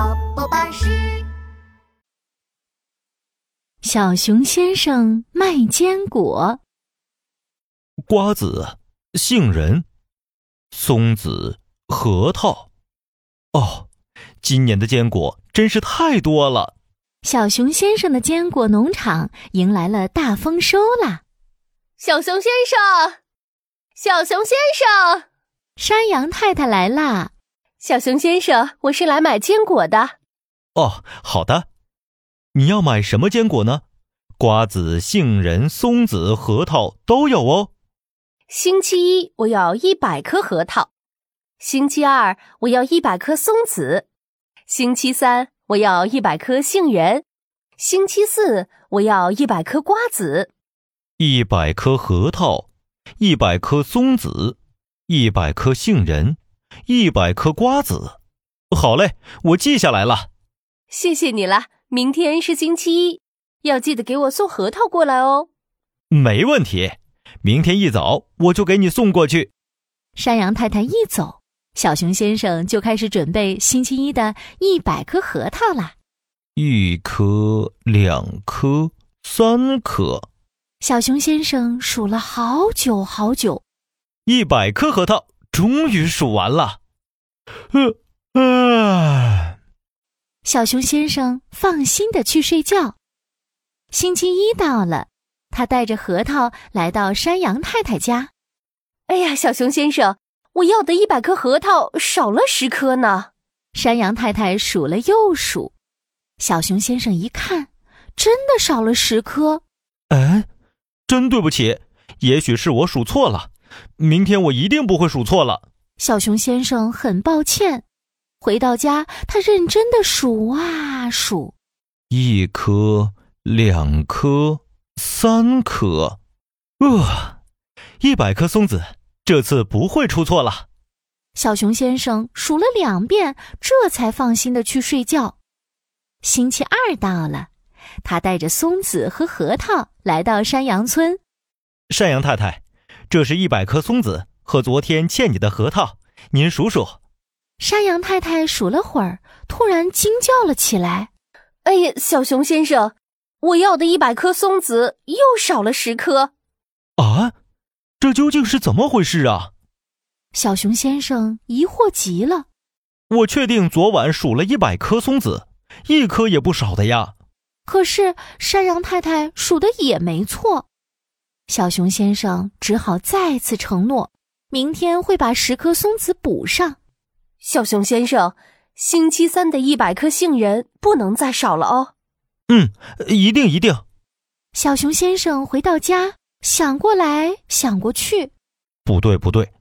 老师，小熊先生卖坚果，瓜子、杏仁、松子、核桃。哦，今年的坚果真是太多了。小熊先生的坚果农场迎来了大丰收啦！小熊先生，小熊先生，山羊太太来啦！小熊先生，我是来买坚果的。哦，好的。你要买什么坚果呢？瓜子、杏仁、松子、核桃都有哦。星期一我要一百颗核桃，星期二我要一百颗松子，星期三我要一百颗杏仁，星期四我要一百颗瓜子。一百颗核桃，一百颗松子，一百颗杏仁，一百颗瓜子。好嘞，我记下来了。谢谢你了，明天是星期一，要记得给我送核桃过来哦。没问题，明天一早我就给你送过去。山羊太太一走，小熊先生就开始准备星期一的一百颗核桃啦。一颗，两颗，三颗，小熊先生数了好久好久，一百颗核桃终于数完了。呃，啊，小熊先生放心的去睡觉。星期一到了，他带着核桃来到山羊太太家。哎呀，小熊先生，我要的一百颗核桃少了十颗呢。山羊太太数了又数，小熊先生一看，真的少了十颗。哎，真对不起，也许是我数错了，明天我一定不会数错了。小熊先生很抱歉。回到家，他认真的数啊数，一颗，两颗，三颗，呃，一百颗松子，这次不会出错了。小熊先生数了两遍，这才放心的去睡觉。星期二到了，他带着松子和核桃来到山羊村。山羊太太，这是一百颗松子和昨天欠你的核桃，您数数。山羊太太数了会儿，突然惊叫了起来。哎呀，小熊先生，我要的一百颗松子又少了十颗。啊，这究竟是怎么回事啊？小熊先生疑惑极了。我确定昨晚数了一百颗松子，一颗也不少的呀。可是山羊太太数的也没错，小熊先生只好再次承诺，明天会把十颗松子补上。小熊先生，星期三的一百颗杏仁不能再少了哦。一定一定，小熊先生回到家，想过来想过去，不对不对，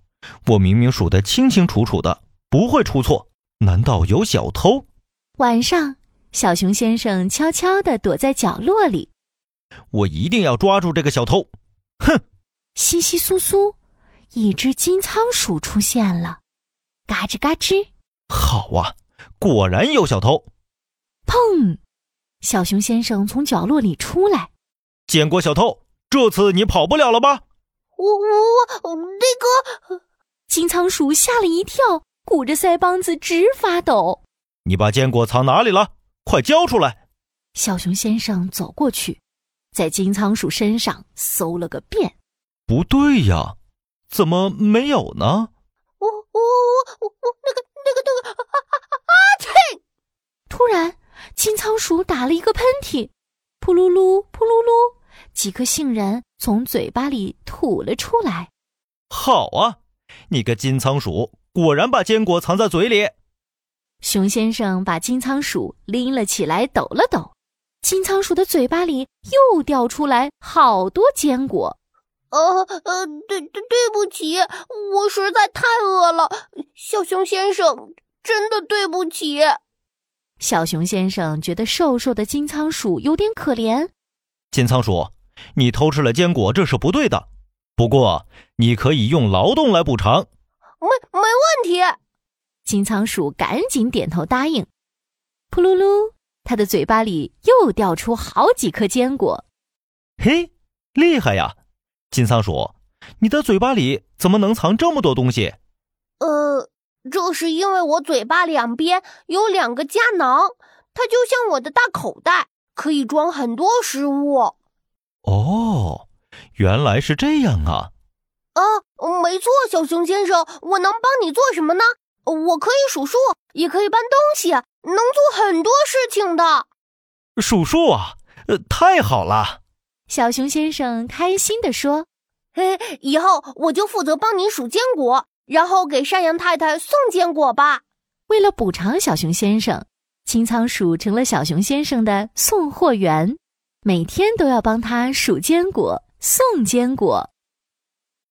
我明明数得清清楚楚的，不会出错。难道有小偷？晚上小熊先生悄悄地躲在角落里，我一定要抓住这个小偷！窸窸窣窣，一只金仓鼠出现了，嘎吱嘎吱，好啊，果然有小偷！砰！小熊先生从角落里出来，坚果小偷，这次你跑不了了吧？我我我那个。金仓鼠吓了一跳，鼓着腮帮子直发抖。你把坚果藏哪里了？快交出来！小熊先生走过去，在金仓鼠身上搜了个遍。不对呀，怎么没有呢？我我我我我那个那个那个，突然，金仓鼠打了一个喷嚏，扑噜噜，扑噜噜，几颗杏仁从嘴巴里吐了出来。好啊，你个金仓鼠，果然把坚果藏在嘴里。熊先生把金仓鼠拎了起来，抖了抖，金仓鼠的嘴巴里又掉出来好多坚果。呃呃，对对对不起，我实在太饿了，小熊先生，真的对不起。小熊先生觉得瘦瘦的金仓鼠有点可怜，金仓鼠，你偷吃了坚果，这是不对的。不过，你可以用劳动来补偿。没没问题。金仓鼠赶紧点头答应。扑噜噜，它的嘴巴里又掉出好几颗坚果。嘿，厉害呀！金仓鼠，你的嘴巴里怎么能藏这么多东西？呃，这是因为我嘴巴两边有两个夹囊，它就像我的大口袋，可以装很多食物。啊，哦，原来是这样啊！没错，小熊先生，我能帮你做什么呢？我可以数数，也可以搬东西，能做很多事情的。数数啊，呃，太好了！小熊先生开心地说嘿，以后我就负责帮你数坚果，然后给山羊太太送坚果吧。：“为了补偿小熊先生，清仓鼠成了小熊先生的送货员，每天都要帮他数坚果、送坚果。”